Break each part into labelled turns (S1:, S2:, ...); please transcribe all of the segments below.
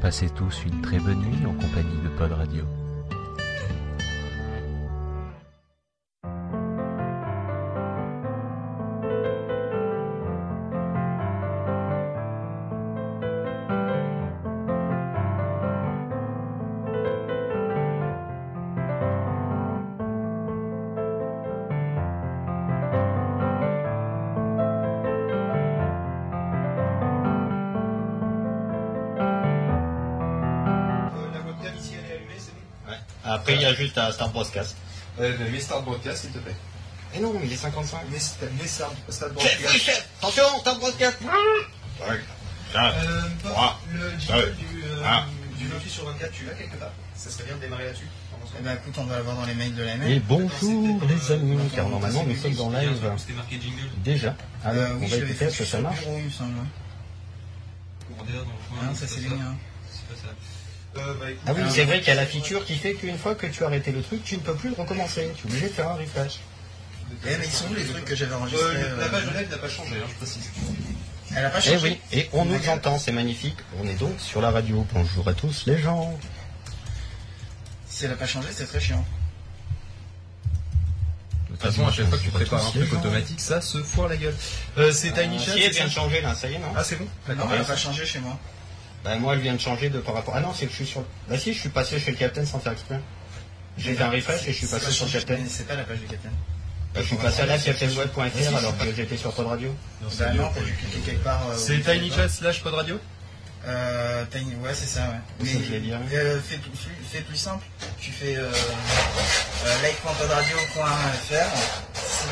S1: passez tous une très bonne nuit en compagnie de Pod Radio.
S2: Euh, la webcam ici, elle est allumée, c'est bon
S3: Après, il y a juste un Star Broadcast.
S2: euh, ben, Mets Start Broadcast, s'il te plaît.
S3: Eh non, il est 55.
S2: Mets, mets Start, Start
S3: Chef, oui,
S2: Broadcast.
S3: chef Attention, Star Broadcast Ouais. Tiens,
S2: Euh, Pop,
S3: Ah.
S2: le
S3: Ah
S2: jingle
S3: ouais.
S2: du, euh,
S3: Ah.
S2: du 28 sur 24, tu l'as quelque part Ça serait bien de démarrer là-dessus. en pensant.
S4: Eh ben écoute, on va l'avoir dans les mails de la
S3: Et
S4: mail.
S3: bonjour
S2: Attends,
S3: les
S2: c'est
S3: amis,
S2: peut-être, euh,
S3: car normalement
S2: attends,
S3: nous
S2: c'est
S3: sommes en
S2: musique,
S3: live
S2: C'était marqué jingle.
S3: déjà.
S4: Ah bah
S3: on
S4: oui,
S3: va
S4: je l'avais
S3: écouter
S4: fait
S3: est-ce que
S4: sur
S3: ça
S4: le
S3: marche.
S4: bureau, il me semble.
S2: Regardez là dans le coin,
S4: Ah non, ça c'est les miens.
S2: C'est pas ça. Euh, bah, écoute,
S3: Ah oui,
S2: euh,
S3: c'est vrai qu'il y a la feature qui fait qu'une fois que tu as arrêté le truc, tu ne peux plus le recommencer. Tu es obligé de faire un refresh.
S4: Eh mais ils sont où les trucs que j'avais
S2: Euh,
S4: enregistrés
S2: le- La
S4: euh,
S2: page de live n'a pas changé, hein, je précise.
S4: Elle a pas
S3: Eh
S4: changé.
S3: oui, et on nous entend, c'est magnifique. On est donc sur la radio. Bonjour à tous les gens.
S4: Si elle a pas changé, c'est très chiant.
S5: De toute façon, à chaque fois que tu prépares un truc automatique, ça se foire la gueule. Euh, c'est Tiny Chat.
S3: Si elle
S5: c'est
S3: vient de
S5: ça
S3: changer là, ça y est, non
S5: Ah, c'est bon
S4: Non,
S5: D'accord.
S4: elle a pas changé chez moi.
S3: Bah moi elle vient de changer de par rapport. Ah non, c'est que je suis sur. Bah si, je suis passé chez le capitaine sans faire exprès. J'ai fait un refresh et je suis
S4: C'est
S3: passé
S4: pas
S3: sur le
S4: changé,
S3: capitaine.
S4: mais C'est pas la page du capitaine.
S3: Bah, je suis passé à la captainweb.fr alors que j'étais sur Pod Radio.
S5: Non, c'est
S4: Bah
S5: dur.
S4: non, t'as dû cliquer quelque part. euh,
S5: C'est
S4: où je
S5: Tiny
S4: sais pas.
S5: Chat slash Pod Radio
S4: Euh, Tiny, ouais, c'est ça, ouais.
S3: Oui, ça, je l'ai bien.
S4: euh, fais, tout- fais- fais plus simple. Tu fais euh, euh, like.podradio.fr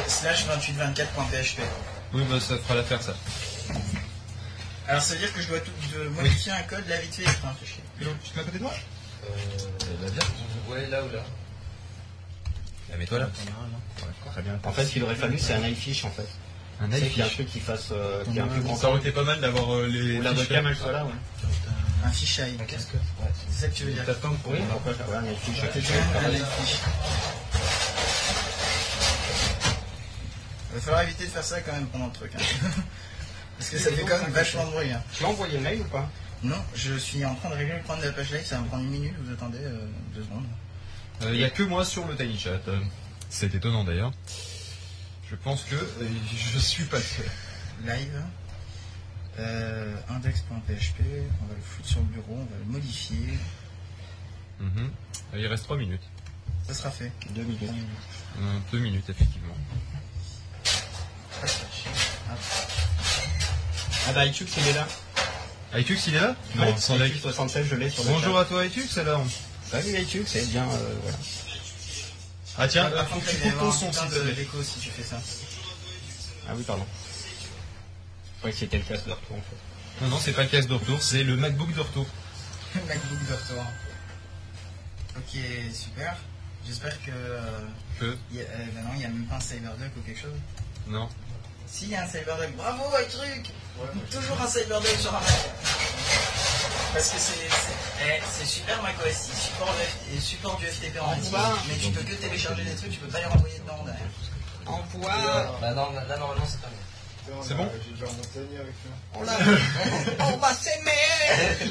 S4: slash 2824.php.
S5: Oui, bah ça fera l'affaire ça.
S4: Alors ça veut dire que je dois tout, de modifier un code là vite fait. Putain, fais chier.
S5: Tu te mets à côté de moi
S2: Euh, Ouais, là ou là.
S5: Ah, mets-toi là.
S4: hein.
S3: Très bien. En fait, ce qu'il aurait fallu, c'est un iFish en fait.
S5: Un
S3: C'est qu'il y a un truc qui fasse. euh, qu'il y a un plus grand
S5: Ça aurait été pas mal d'avoir euh, les.
S3: Ou la
S5: fiches.
S3: webcam elle soit là, ouais.
S4: Un fichier.
S2: que
S4: C'est ça que tu veux dire.
S5: T'attends pour
S3: Oui, pourquoi ça Ouais, un iFish.
S4: T'es
S3: ouais.
S4: toujours un fichier. Il va falloir éviter de faire ça quand même pendant le truc. hein. Parce que ça fait quand même vachement de bruit. hein.
S3: Tu l'as envoyé le mail ou pas
S4: Non, je suis en train de régler le problème de la page live, ça va me prendre une minute, vous attendez euh, deux secondes.
S5: Euh, Il n'y a que moi sur le Tiny Chat. Euh, C'est étonnant d'ailleurs. Je pense que euh, je suis pas le seul.
S4: Live. Euh, index.php, on va le foutre sur le bureau, on va le modifier,
S5: Mhm. Euh, Il reste 3 minutes.
S4: ça sera fait.
S3: Deux minutes.
S5: Euh, Deux minutes effectivement.
S3: Ah bah iTunes il est là.
S5: iTux il est là
S3: Ouais,
S5: sans
S3: iTunes 76, je l'ai sur le
S5: Bonjour
S3: chat.
S5: à toi Itux alors.
S3: Salut iTunes, c'est bien. euh, voilà.
S5: Ah tiens,
S4: Par
S5: faut
S4: contre,
S5: que tu
S4: il va y
S5: coupes
S4: avoir
S5: ton
S4: un
S5: son
S4: putain
S5: s'il te
S4: de-
S5: plaît.
S4: d'écho si tu fais ça.
S3: Ah oui, pardon. Je croyais que c'était le casse de retour en fait.
S5: Non, non, c'est pas le casque de retour, c'est le MacBook de retour.
S4: MacBook de retour. Ok, super. J'espère que. euh,
S5: Que
S4: y a- euh, bah non, il n'y a même pas un Cyberduck ou quelque chose.
S5: Non.
S4: Si, il y a un Cyberduck. Bravo, un truc Toujours un Cyberduck sur un Mac. Parce que c'est c'est- eh, c'est super macOS, il supporte, le- il supporte du FTP en natif,
S3: revoir.
S4: mais tu peux que télécharger des trucs, tu peux pas les renvoyer dedans derrière.
S3: Envoie
S4: Bah non, là normalement c'est pas
S5: C'est bon
S2: J'ai déjà montagne avec moi.
S3: On l'a
S4: On va s'aimer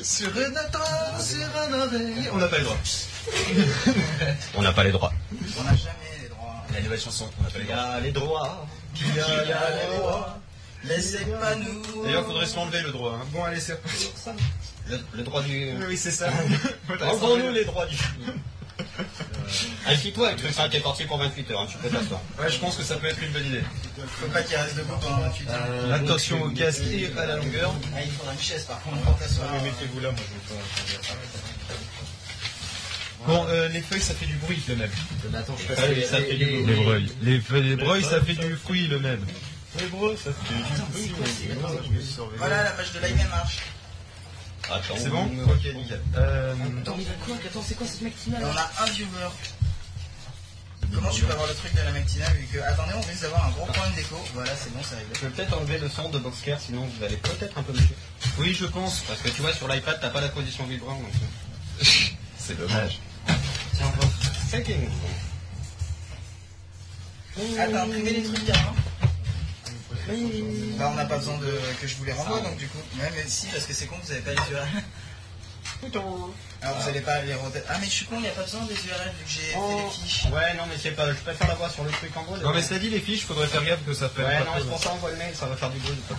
S5: Sur une attente, sur un oreille. On n'a pas les droits. On n'a pas les droits.
S4: On n'a jamais les droits.
S5: La nouvelle chanson, on n'a pas
S3: Il y a les droits.
S5: Il y a- il y a les droits.
S4: Laissez pas nous.
S5: D'ailleurs, faudrait se l'enlever le droit. hein. Bon, allez, c'est reparti.
S3: Le, le droit du.
S5: Oui, c'est ça. Voilà,
S3: Enlevons-nous les droits du.
S5: Euh,
S3: Assis-toi, le truc, hein, t'es parti pour 28 heures, hein, tu peux t'asseoir.
S5: Ouais, je pense que ça peut être une bonne idée.
S4: Faut pas qu'il reste debout pendant 28 heures.
S5: Euh, Attention au casque et à la longueur.
S4: Ah, il faudra une chaise par contre pour
S5: Ah,
S4: t'asseoir.
S5: mettez-vous là, moi je vais pas. Bon, euh, les feuilles ça fait du bruit le même.
S3: Euh, Allez, ça fait du
S5: Les breuils. Les, feuilles- les breuils ça fait du fruit le même.
S4: Voilà, la page de live elle marche.
S3: Attends.
S5: C'est bon Ok, nickel. Euh,
S4: Et on a un viewer. Comment tu peux avoir le truc de la matinale vu que. Attendez, on risque d'avoir un gros problème d'écho. Voilà, c'est bon, c'est réglé.
S3: Je vais peut-être enlever le son de Boxker, sinon vous allez peut-être un peu me tuer.
S5: oui, je pense.
S3: Parce que tu vois, sur l'iPad, t'as pas la position vibrant. Donc... euh,
S5: C'est dommage.
S3: Tiens, on va. Fucking.
S4: Ah, t'as imprimé les trucs hein. avant
S3: Oui.
S4: Bah, on n'a pas besoin de... que je vous les renvoie donc du coup. Ouais, mais si, parce que c'est con, vous avez pas les yeux.
S3: Putain.
S4: Alors vous allez pas aller roter. Ah mais je suis con, il n'y a pas besoin des URL vu que j'ai fait
S3: Oh.
S4: les fiches.
S3: Ouais, non, mais c'est pas. Je préfère la voir sur le truc en gros.
S5: Non mais cela dit les fiches, faudrait faire gaffe que ça fait
S3: Ouais,
S5: pas
S3: non,
S5: trop-
S3: c'est pour ça on voit le mail, ça va faire du bruit. de toute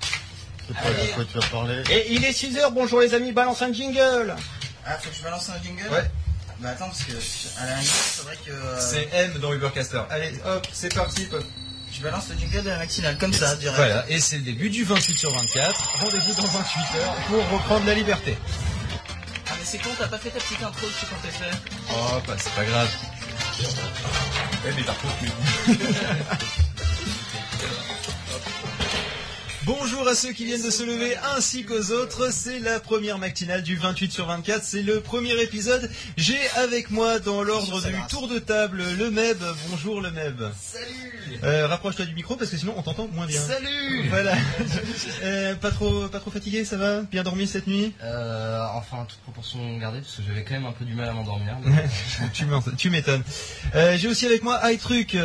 S3: façon.
S6: sais pas de quoi tu vas parler.
S3: Et il est 6h, bonjour les amis, balance un jingle
S4: Ah faut que je balance un jingle
S5: Ouais.
S4: Bah attends parce que à la rigueur c'est vrai que euh,
S5: C'est M dans Ubercaster. Allez, hop, c'est parti. pop.
S4: je balance le jingle de la matinale comme ça direct.
S5: Voilà, et c'est le début du 28 sur 24. Rendez-vous dans 28 heures pour reprendre la liberté.
S4: Ah mais c'est con, t'as pas fait ta petite intro que tu comptais faire.
S5: Oh, bah, c'est pas grave. Eh, mais Bonjour à ceux qui viennent de se lever ainsi qu'aux autres, c'est la première matinale du 28 sur 24, c'est le premier épisode. J'ai avec moi dans l'ordre du tour de table le Meb. Bonjour le Meb.
S4: Salut
S5: Euh, Rapproche-toi du micro parce que sinon on t'entend moins bien.
S4: Salut
S5: Voilà. Euh, pas trop pas trop fatigué, ça va Bien dormi cette nuit
S7: Euh, enfin, toute proportion gardée, parce que j'avais quand même un peu du mal à m'endormir.
S5: Tu m'en- Tu m'étonnes. Euh, J'ai aussi avec moi iTruc.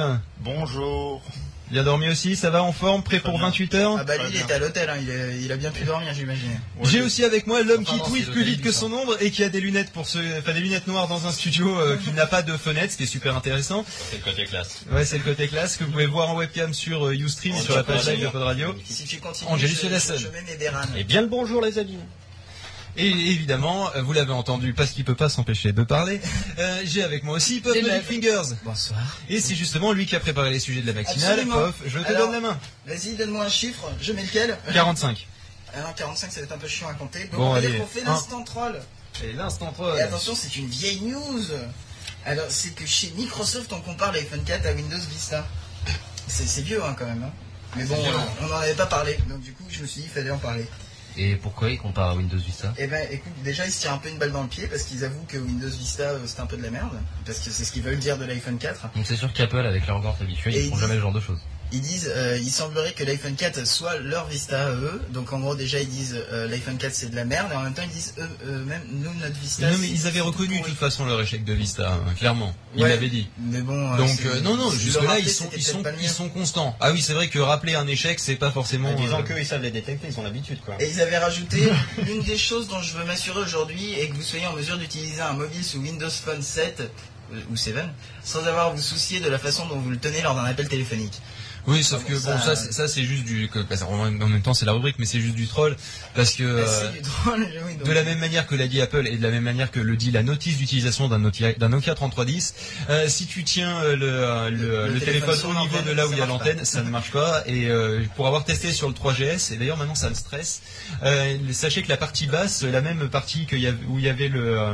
S6: Bonjour.
S5: Bien dormi aussi, ça va en forme, prêt pour
S6: bien.
S5: 28 heures.
S4: Ah bah lui il était à l'hôtel, hein, il, est- il a bien pu dormir j'imagine.
S6: Ah,
S5: J'ai aussi avec moi l'homme qui
S7: Enfin, non,
S5: tweet
S7: c'est
S5: plus
S7: l'hôtel
S5: vite que
S7: du
S5: son ombre et qui a des lunettes pour se, enfin des lunettes noires dans un studio euh, qui n'a pas de fenêtre, ce qui est super intéressant.
S6: C'est le côté classe.
S5: Ouais, c'est le côté classe que vous pouvez voir en webcam sur euh, YouStream,
S6: On
S5: sur la
S6: dirait
S5: page
S6: pas
S5: live de
S6: d'ailleurs.
S5: Pod Radio.
S4: Si tu continues,
S5: Angelus
S4: je,
S5: Edasson.
S4: je, je mets mes béranes.
S5: Eh
S3: Et bien le bonjour les amis
S5: Et évidemment, euh, vous l'avez entendu parce qu'il peut pas s'empêcher de parler. euh, J'ai avec moi aussi Puff
S4: Et
S5: Magic
S4: Meb.
S5: Fingers.
S7: Bonsoir.
S5: Et c'est justement lui qui a préparé les sujets de la matinale.
S4: Absolument.
S5: Puff, je te
S4: Alors- euh,
S5: donne la main.
S4: Vas-y, donne-moi un chiffre, je mets lequel
S5: 45.
S4: Ah non, 45, ça va être un peu chiant à compter. Donc
S5: Bon,
S4: on va dire
S5: allez.
S4: qu'on fait
S5: Un.
S4: l'instant troll.
S5: Et l'instant
S4: Et attention, c'est une vieille news. Alors, c'est que chez Microsoft, on compare l'iPhone 4 à Windows Vista. C'est c'est vieux hein, quand même. hein. Mais bon,
S7: vieux,
S4: euh,
S7: hein.
S4: on n'en avait pas parlé. Donc du coup, je me suis dit, il fallait en parler.
S7: Et pourquoi il compare à Windows Vista
S4: Eh ben, écoute, déjà, ils se tirent un peu une balle dans le pied parce qu'ils avouent que Windows Vista, euh, c'était un peu de la merde. Parce que c'est ce qu'ils veulent dire de l'iPhone 4.
S7: Donc c'est sûr qu'Apple, avec l'arrogance habituelle,
S4: Et
S7: ils font
S4: il-
S7: jamais ce genre de choses.
S4: Ils disent, euh, il semblerait que l'iPhone 4 soit leur Vista à eux. Donc en gros, déjà, ils disent euh, l'iPhone 4 c'est de la merde. Et en même temps, ils disent eux, eux même nous notre Vista.
S5: Non mais
S4: c'est-
S5: ils avaient
S4: c'est
S5: reconnu de
S4: pourri.
S5: toute façon leur échec de Vista, hein, clairement. Ils
S4: Ouais.
S5: l'avaient dit.
S4: Mais bon. euh,
S5: Donc
S4: c'est-
S5: euh, non non,
S4: c'est-
S5: jusque
S4: leur
S5: là
S4: rappeler,
S5: ils sont
S4: c'était
S5: ils
S4: peut-être
S5: sont
S4: pas le
S5: ils
S4: mien.
S5: sont constants. Ah oui c'est vrai que rappeler un échec c'est pas forcément.
S3: Disons
S5: euh,
S3: qu'eux ils savent les détecter, ils ont l'habitude quoi.
S4: Et ils avaient rajouté l'une des choses dont je veux m'assurer aujourd'hui est que vous soyez en mesure d'utiliser un mobile sous Windows Phone 7 euh, ou 7 sans avoir à vous soucier de la façon dont vous le tenez lors d'un appel téléphonique.
S5: Oui sauf
S4: Ah
S5: que
S4: bon,
S5: bon ça
S4: ça,
S5: c'est- ça c'est juste du que- parce qu'en- en même temps c'est la rubrique mais c'est juste du troll parce que
S4: Bah,
S5: euh,
S4: c'est du drôle, oui, donc-
S5: de la même manière que l'a dit Apple et de la même manière que le dit la notice d'utilisation d'un Nokia, d'un Nokia 3310, euh, si tu tiens euh, le, euh, le,
S4: Le-
S5: le
S4: le téléphone
S5: téléphone
S4: sur
S5: au niveau
S4: l'antenne,
S5: de là où
S4: ça
S5: il y a
S4: marche
S5: l'antenne, ça ne marche pas. Et euh, pour avoir testé sur le 3GS, et d'ailleurs maintenant ça me stresse, euh, sachez que la partie basse, la même partie qu'il y avait- où il y avait le euh,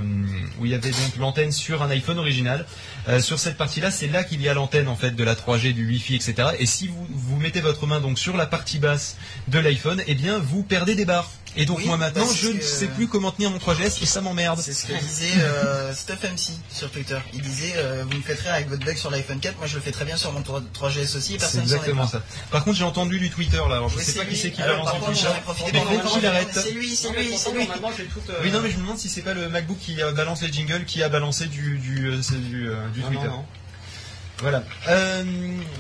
S5: où il y avait donc l'antenne sur un iPhone original, euh, sur cette partie-là, c'est là qu'il y a l'antenne en fait de la 3G, du Wi-Fi, etc. Et si vous vous mettez votre main donc sur la partie basse de l'iPhone, eh bien vous perdez des barres. Et donc
S4: Oui,
S5: moi maintenant,
S4: parce
S5: je ne
S4: que-
S5: sais plus comment tenir mon 3GS et ça m'emmerde.
S4: C'est ce que disait euh, Stuff MC sur Twitter. Il disait euh, Vous me faites rire avec votre bug sur l'iPhone 4, moi je le fais très bien sur mon 3, gs aussi, et
S5: C'est
S4: personne ne s'en est
S5: exactement
S4: plaint.
S5: ça. Par contre, j'ai entendu du Twitter là. Alors, je
S4: Oui,
S5: sais
S4: c'est
S5: pas qui
S4: lui.
S5: c'est qui
S4: Alors,
S5: balance
S4: par
S5: le
S4: contre,
S5: Twitter.
S4: j'en ai profité
S5: Mais
S4: pendant
S5: faites qu'il
S4: longtemps.
S5: arrête.
S4: C'est lui, c'est lui, c'est lui.
S3: Normalement j'ai tout. euh,
S5: Oui, non, mais je me demande si c'est pas le MacBook qui euh, balance les jingles qui a balancé du du euh, c'est du, euh, du
S3: Non,
S5: Twitter.
S3: non, non.
S5: Voilà. Euh,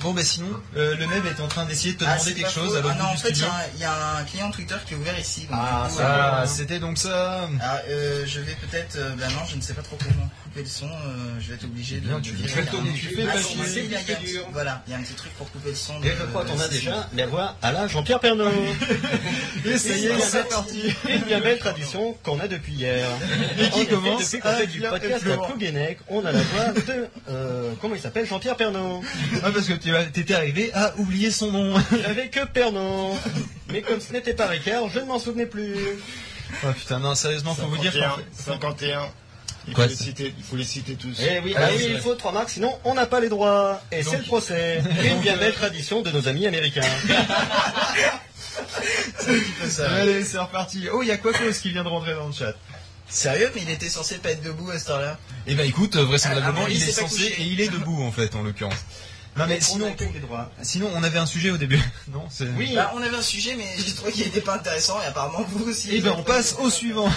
S5: bon, bah sinon, euh, le Meb est en train d'essayer de te
S4: Ah,
S5: demander
S4: c'est
S5: quelque
S4: pas
S5: chose
S4: faux.
S5: à l'autre
S4: Ah non,
S5: bout
S4: en
S5: du
S4: fait, il y
S5: studio.
S4: a un- il y, a un client Twitter qui est ouvert ici. donc
S3: Ah,
S4: du coup, euh,
S5: Ah, c'était donc ça.
S4: ah, euh, je vais peut-être. euh, bah non, je ne sais pas trop comment couper le son. euh, je vais être obligé de.
S5: Eh Bien,
S4: de
S5: tu-
S4: virer
S5: tu fais
S4: la
S5: ton-
S4: carte.
S5: Bah, tu fais
S4: Ah,
S5: pas
S4: si,
S5: chier,
S4: si, il y a-
S3: tu fais
S4: il y a-
S3: dur.
S4: Voilà, il y a un petit truc pour couper le son.
S3: Et
S4: de-
S3: je crois qu'on a
S4: de-
S3: déjà la voix à la Jean-Pierre Pernaut.
S5: Et ça y est,
S3: c'est
S5: c'est parti.
S3: Une bien belle tradition qu'on a depuis hier.
S5: Et
S3: En
S5: qui
S3: effet,
S5: commence
S3: Depuis qu'on fait
S5: avec
S3: du
S5: la
S3: podcast à
S5: Ah,
S3: Pouguenec, on a la voix de... euh, comment il s'appelle Jean-Pierre Pernaut.
S5: Ah, parce que tu as- t'étais arrivé à oublier son nom.
S3: J'avais que Pernaut. Mais comme ce n'était pas Ricard, je ne m'en souvenais plus.
S5: Oh putain, non, sérieusement, faut vous dire. qu'en
S6: 51.
S5: fait-
S6: 51. Il faut,
S5: Quoi,
S6: les
S5: c'est-
S6: citer, il faut les citer tous.
S3: Eh oui,
S5: Ah
S3: bah
S5: oui,
S3: oui,
S5: c'est
S3: il
S5: vrai.
S3: faut trois marques, sinon on n'a pas les droits. Et
S5: Donc-
S3: c'est le procès. Une bien belle tradition de nos amis américains.
S5: Allez, c'est reparti. Oh, il y a Quacos qui vient de rentrer dans le chat.
S4: Sérieux, mais il était censé pas être debout à cette heure-là.
S5: Eh ben écoute, euh, vraisemblablement,
S4: Ah, ah, mais
S5: il
S4: il
S5: est
S4: s'est pas
S5: censé
S4: couché.
S5: et il est debout en fait en l'occurrence. Non mais
S4: On a
S5: sinon,
S4: que
S3: les droits.
S5: sinon on avait un sujet au début. non, c'est.
S3: Oui,
S4: Bah, on avait un sujet, mais j'ai trouvé qu'il n'était pas intéressant, et apparemment vous aussi.
S5: Eh
S4: vous
S5: ben
S4: êtes
S5: on
S4: pas-
S5: passe au suivant.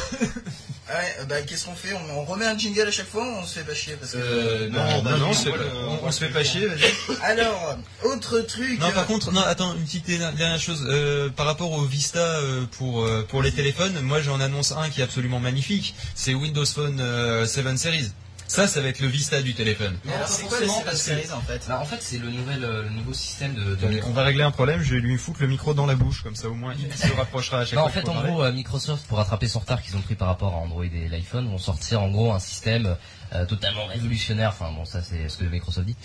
S4: Ouais, euh, bah qu'est-ce qu'on fait on, on remet un jingle à chaque fois ou on se fait pas chier parce que...
S7: Euh,
S5: Non,
S7: bah
S5: Ah, non,
S7: on
S5: non, c'est-
S7: voit le-
S5: on,
S7: voit
S5: on se fait
S7: le
S5: pas
S7: truc,
S5: chier.
S7: hein.
S5: vas-y.
S4: Alors, autre truc...
S5: Non, par
S4: euh,
S5: contre, non, attends, une petite dernière- dernière chose euh, par rapport au Vista euh, pour euh, pour les téléphones. Moi, j'en annonce un qui est absolument magnifique. C'est Windows Phone euh, 7 Series. Ça, ça va être le Vista du téléphone.
S4: Mais alors,
S7: Non,
S4: c'est
S7: pas
S4: quoi le
S7: forcément,
S4: Seven
S7: parce que-
S4: Series, en fait
S7: Bah, en fait, c'est le, nouvel, euh, le nouveau système de, de micro.
S5: On va régler un problème. Je vais lui foutre le micro dans la bouche, comme ça au moins il se rapprochera à chaque
S7: Bah, en
S5: fois.
S7: fait,
S5: qu'il
S7: en
S5: faudrait.
S7: gros, euh, Microsoft, pour rattraper son retard qu'ils ont pris par rapport à Android et l'iPhone, vont sortir en gros un système euh, totalement révolutionnaire. Enfin, bon, ça c'est ce que Microsoft dit.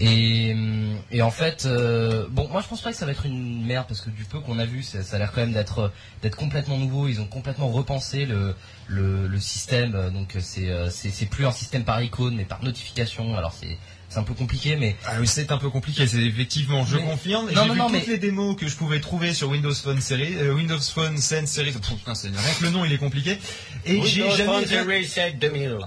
S7: Et, hum, et en fait, euh, bon, moi je pense pas que ça va être une merde parce que du peu qu'on a vu, ça, ça a l'air quand même d'être euh, d'être complètement nouveau. Ils ont complètement repensé le le, le système. Euh, Donc euh, c'est euh, c'est c'est plus un système par icône, mais par notification. Alors c'est c'est un peu compliqué, mais
S5: Ah oui, c'est un peu compliqué, c'est effectivement, je
S7: Mais-
S5: confirme.
S7: Non,
S5: J'ai
S7: non,
S5: vu
S7: non,
S5: toutes
S7: mais-
S5: les démos que je pouvais trouver sur Windows Phone Series, euh, Windows Phone Sense Series. Pff, putain, c'est rien que le nom, il est compliqué. Et j'ai jamais rien-
S3: 7 2000.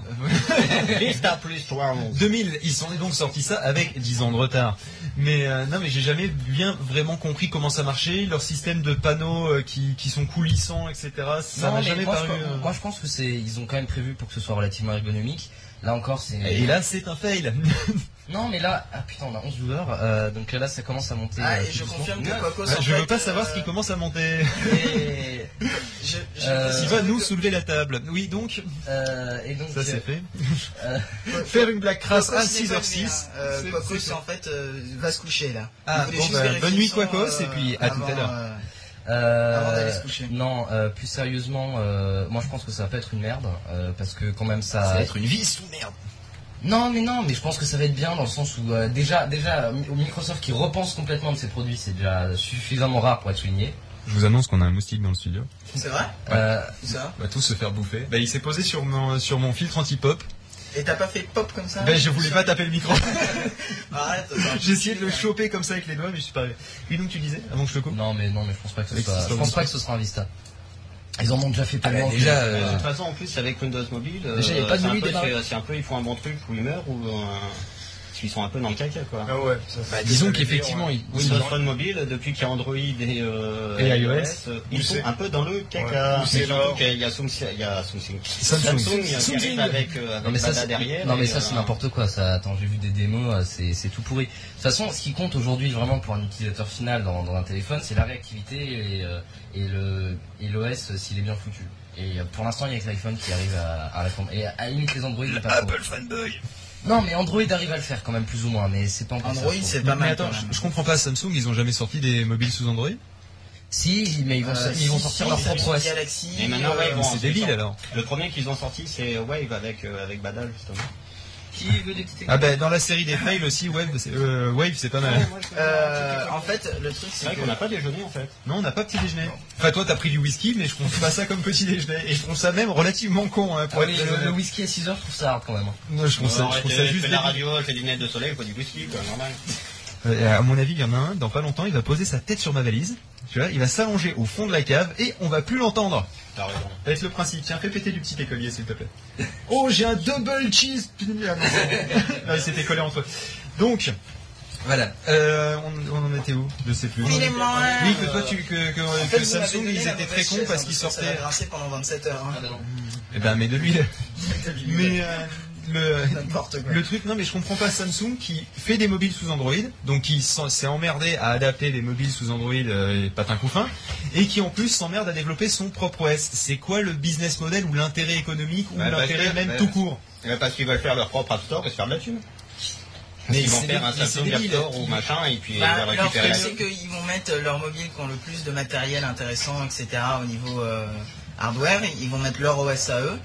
S3: Vista plus 311.
S5: 2000, ils sont donc sortis ça avec 10 ans de retard. Mais euh, non, mais j'ai jamais bien vraiment compris comment ça marchait, leur système de panneaux euh, qui, qui sont coulissants, etc. Ça
S7: Non,
S5: m'a
S7: mais
S5: jamais
S7: moi,
S5: paru.
S7: Je,
S5: euh,
S7: moi, je pense que c'est, ils ont quand même prévu pour que ce soit relativement ergonomique. Là encore, c'est.
S5: Et là, c'est un fail.
S7: Non, mais là, ah putain, on a 11 joueurs, euh, donc là, ça commence à monter.
S4: Ah,
S7: euh,
S4: et
S7: tout
S4: je
S7: doucement.
S4: confirme que
S7: Ouais.
S4: Quacos... en
S5: Ah, je
S4: fait,
S5: veux pas savoir ce qui
S4: euh,
S5: commence à monter.
S4: et- je- je-
S7: Euh,
S5: Il va nous soulever la table. Oui, donc,
S7: Euh, et donc,
S5: ça c'est fait.
S7: euh,
S5: Faire une blague crasse
S4: Quacos
S5: à
S4: n'est pas
S5: 6h06.
S4: venu, hein. Euh,
S5: c'est-
S4: Quacos,
S5: c'est-
S4: en fait, euh, va se coucher, là.
S5: Ah,
S4: Il voulait
S5: bon,
S4: juste
S5: bah,
S4: vérifier
S5: bonne
S4: le
S5: nuit,
S4: son,
S5: Quacos,
S4: euh,
S5: et puis à tout à
S4: avant,
S5: l'heure.
S4: euh,
S7: euh,
S4: Avant d'aller se coucher.
S7: Non, euh, plus sérieusement, euh, moi, je pense que ça va pas être une merde, euh, parce que quand même, ça.
S5: Ça va être une vie sous merde.
S7: Non, mais non, mais je pense que ça va être bien dans le sens où euh, déjà, déjà, euh, Microsoft qui repense complètement de ses produits, c'est déjà suffisamment rare pour être souligné.
S5: Je vous annonce qu'on a un moustique dans le studio.
S4: C'est vrai
S7: Euh,
S4: Ça
S5: On va tous se faire bouffer. Bah, il s'est posé sur mon, sur mon filtre anti-pop.
S4: Et t'as pas fait pop comme ça
S5: Bah, je voulais pas taper le micro.
S4: Arrête.
S5: J'ai essayé de le choper comme ça avec les doigts, mais je suis pas arrivé. Et donc, tu disais, avant que je te coupe
S7: Non, mais non, mais je pense pas que ce
S5: Avec
S7: soit.
S5: System
S7: Je pense
S5: Vista.
S7: pas que ce sera un Vista. Ils en ont déjà fait
S3: Ah
S7: tellement.
S3: bah,
S7: que-
S3: déjà,
S7: euh,
S3: de toute façon, en plus, avec Windows Mobile, euh,
S7: Déjà, y a pas de
S3: c'est un
S7: Mobile
S3: peu-
S7: débarqué.
S3: c'est- c'est un peu, ils font un bon truc ou ils meurent ou euh, ils sont un peu dans le caca, quoi.
S5: Ah ouais. Bah, disons qu'effectivement, ils-
S3: Windows Phone Mobile, depuis qu'il y a Android et, euh,
S5: Et iOS,
S3: euh, ils
S6: Ou
S3: sont
S6: c'est-
S3: un peu dans le caca.
S6: Ou c'est
S3: Mais surtout
S6: l'or.
S3: qu'il y a- Il y a Samsung, il y a Samsung.
S5: Samsung.
S3: qui
S5: Samsung.
S3: arrive avec, euh, avec
S7: Non mais ça,
S3: Bada
S7: c'est-
S3: derrière.
S7: non, mais
S3: et,
S7: ça, c'est
S3: euh,
S7: n'importe quoi. Ça, attends, j'ai vu des démos, euh, c'est c'est tout pourri. De toute façon, ce qui compte aujourd'hui vraiment pour un utilisateur final dans, dans un téléphone, c'est la réactivité et, euh, et le et l'OS euh, s'il est bien foutu. Et euh, pour l'instant, il y a que l'iPhone qui arrive à, à répondre. Et à, à la limite les Android. pas trop.
S5: fanboy
S7: Non, mais Android arrive à le faire quand même plus ou moins, mais c'est pas encore ça,
S4: Android,
S7: je trouve.
S4: c'est
S5: Mais
S4: pas mal.
S5: attends,
S4: quand
S5: je,
S4: même.
S5: je comprends pas, Samsung, ils ont jamais sorti des mobiles sous Android
S7: Si, mais ils vont,
S4: Euh,
S7: ils vont
S4: si,
S7: sortir
S4: si,
S7: leur
S4: si,
S7: propre OS.
S4: Galaxy.
S3: Mais maintenant, ouais,
S4: euh,
S3: bon.
S5: C'est
S3: c'est
S5: débile
S3: ça.
S5: alors.
S3: Le premier qu'ils ont sorti, c'est Wave avec, euh, avec Bada, justement.
S4: Qui veut des petites
S5: Ah bah, dans la série des fails aussi, Wave, c'est euh, Wave, c'est pas mal.
S4: Euh, en fait, le truc,
S3: c'est
S4: c'est
S3: vrai
S4: que.
S3: qu'on n'a pas déjeuné, en fait.
S5: Non, on n'a pas petit déjeuner. Enfin, toi, t'as pris du whisky, mais je trouve pas ça comme petit déjeuner. Et je trouve ça même relativement con, hein, pour
S7: Ouais,
S5: être.
S7: mais Ah le, le
S5: euh,
S7: whisky à 6 heures, je trouve ça hard quand même. hein.
S5: non, je trouve ça, je trouve ça juste.
S3: euh, la
S5: débile.
S3: radio, avec les lunettes de soleil, quoi, du whisky, quoi, normal.
S5: Euh, à mon avis, il y en a un, dans pas longtemps, il va poser sa tête sur ma valise. Tu vois, il va s'allonger au fond de la cave et on va plus l'entendre.
S3: T'as raison.
S5: Ça va être le principe. Tiens, fais péter du petit écolier, s'il te plaît. Oh, j'ai un double cheese. Ah, non, c'est- Ah, non, ils s'étaient collés entre eux. Donc, voilà. Euh, on, on en était où Je sais plus.
S4: Oui, les moins.
S5: Oui, que toi, tu, que, que- que
S4: En fait, vous m'avez
S5: Samsung,
S4: donné
S5: ils
S4: la
S5: étaient très
S4: mauvaise
S5: cons
S4: chaise,
S5: parce
S4: hein,
S5: qu'ils
S4: que Ça va
S5: sortaient.
S4: grincer pendant 27 heures.
S7: Ah,
S4: hein.
S7: bah
S5: Eh ben, mais de lui, là. Mais euh, le.
S4: N'importe quoi.
S5: Le truc, non mais je comprends pas Samsung qui fait des mobiles sous Android, donc qui s'en- s'est emmerdé à adapter des mobiles sous Android euh, et patin couffin, et qui en plus s'emmerde à développer son propre OS. C'est quoi le business model ou l'intérêt économique ou
S3: Bah, bah,
S5: l'intérêt
S3: bah,
S5: même
S3: bah,
S5: tout
S3: bah.
S5: court
S3: Euh, Parce qu'ils veulent faire leur propre App Store et se faire de la thune. Mais ils vont
S5: c'est
S3: faire un
S5: dé- mais c'est
S3: Samsung App
S5: débile.
S3: Store ou machin et puis euh,
S4: Bah,
S3: ils vont
S4: leur
S3: récupérer
S4: truc,
S3: la
S4: c'est qu'ils vont mettre leurs mobiles qui ont le plus de matériel intéressant, etc. au niveau euh, hardware. Ils vont mettre leur OS à eux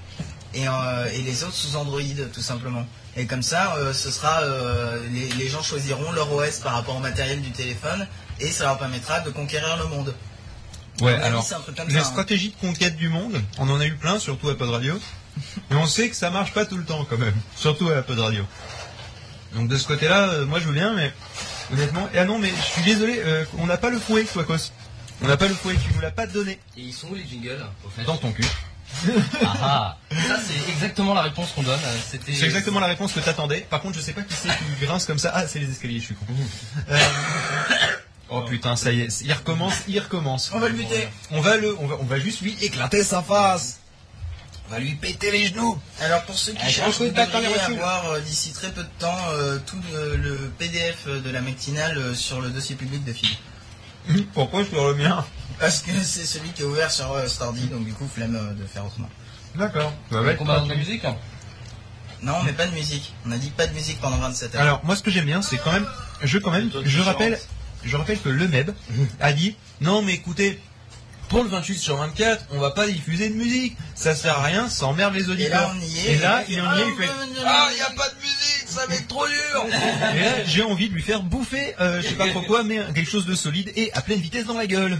S4: et, euh, et les autres sous Android, tout simplement. Et comme ça, euh, ce sera euh, les, les gens choisiront leur OS par rapport au matériel du téléphone et ça leur permettra de conquérir le monde.
S5: Ouais,
S4: À mon avis,
S5: alors
S4: c'est un truc comme
S5: les
S4: ça, hein.
S5: stratégies de conquête du monde, on en a eu plein, surtout à Pod Radio, mais on sait que ça marche pas tout le temps quand même, surtout à Pod Radio. Donc de ce côté-là, euh, moi je veux bien, mais honnêtement, et ah non mais je suis désolé, euh, on n'a pas le fouet, Quacos. On n'a pas le fouet, tu nous l'as pas donné
S7: Et ils sont où les jingles au fait
S5: dans ton cul.
S7: Ah, ah. Ça, c'est exactement la réponse qu'on donne. Euh, C'était.
S5: C'est exactement la réponse que t'attendais. Par contre, je sais pas qui c'est qui grince comme ça. Ah, c'est les escaliers, je suis con. Euh, Oh putain, ça y est, il recommence, il recommence.
S4: On va le buter.
S5: On va le, on va, on va juste lui éclater sa face. On va lui péter les genoux.
S4: Alors pour ceux qui
S5: Ah,
S4: cherchent,
S5: j'ai un
S4: vous
S5: coup de patte dans les
S4: devriez
S5: rotules.
S4: avoir euh, d'ici très peu de temps euh, tout le, le PDF de la matinale euh, sur le dossier public de Phil.
S5: Pourquoi je sur le mien
S4: Parce que c'est celui qui est ouvert sur euh, Stardy, donc du coup flemme euh, de faire autrement.
S5: D'accord. Bah Ça va
S7: Donc,
S5: être
S7: on va dans
S5: tranquille.
S7: la musique. hein.
S4: Non, mais pas de musique. On a dit pas de musique pendant 27 heures.
S5: Alors moi ce que j'aime bien c'est quand même je quand même
S6: Toi, tu
S5: je
S6: chantes.
S5: rappelle je rappelle que le MEB a dit non mais écoutez pour le 28 sur 24 on va pas diffuser de musique ça sert à rien ça emmerde les
S4: et là
S5: auditeurs
S4: on y est.
S5: et là il en y
S4: Ah,
S5: est il fait ah y a pas de musique ça va être trop dur et là j'ai envie de lui faire bouffer euh, je sais pas trop quoi mais quelque chose de solide et à pleine vitesse dans la gueule